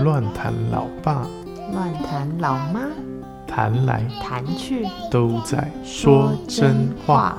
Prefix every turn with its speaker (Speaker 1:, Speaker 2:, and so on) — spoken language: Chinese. Speaker 1: 乱弹老爸，
Speaker 2: 乱弹老妈，
Speaker 1: 弹来
Speaker 2: 弹去
Speaker 1: 都在说真话。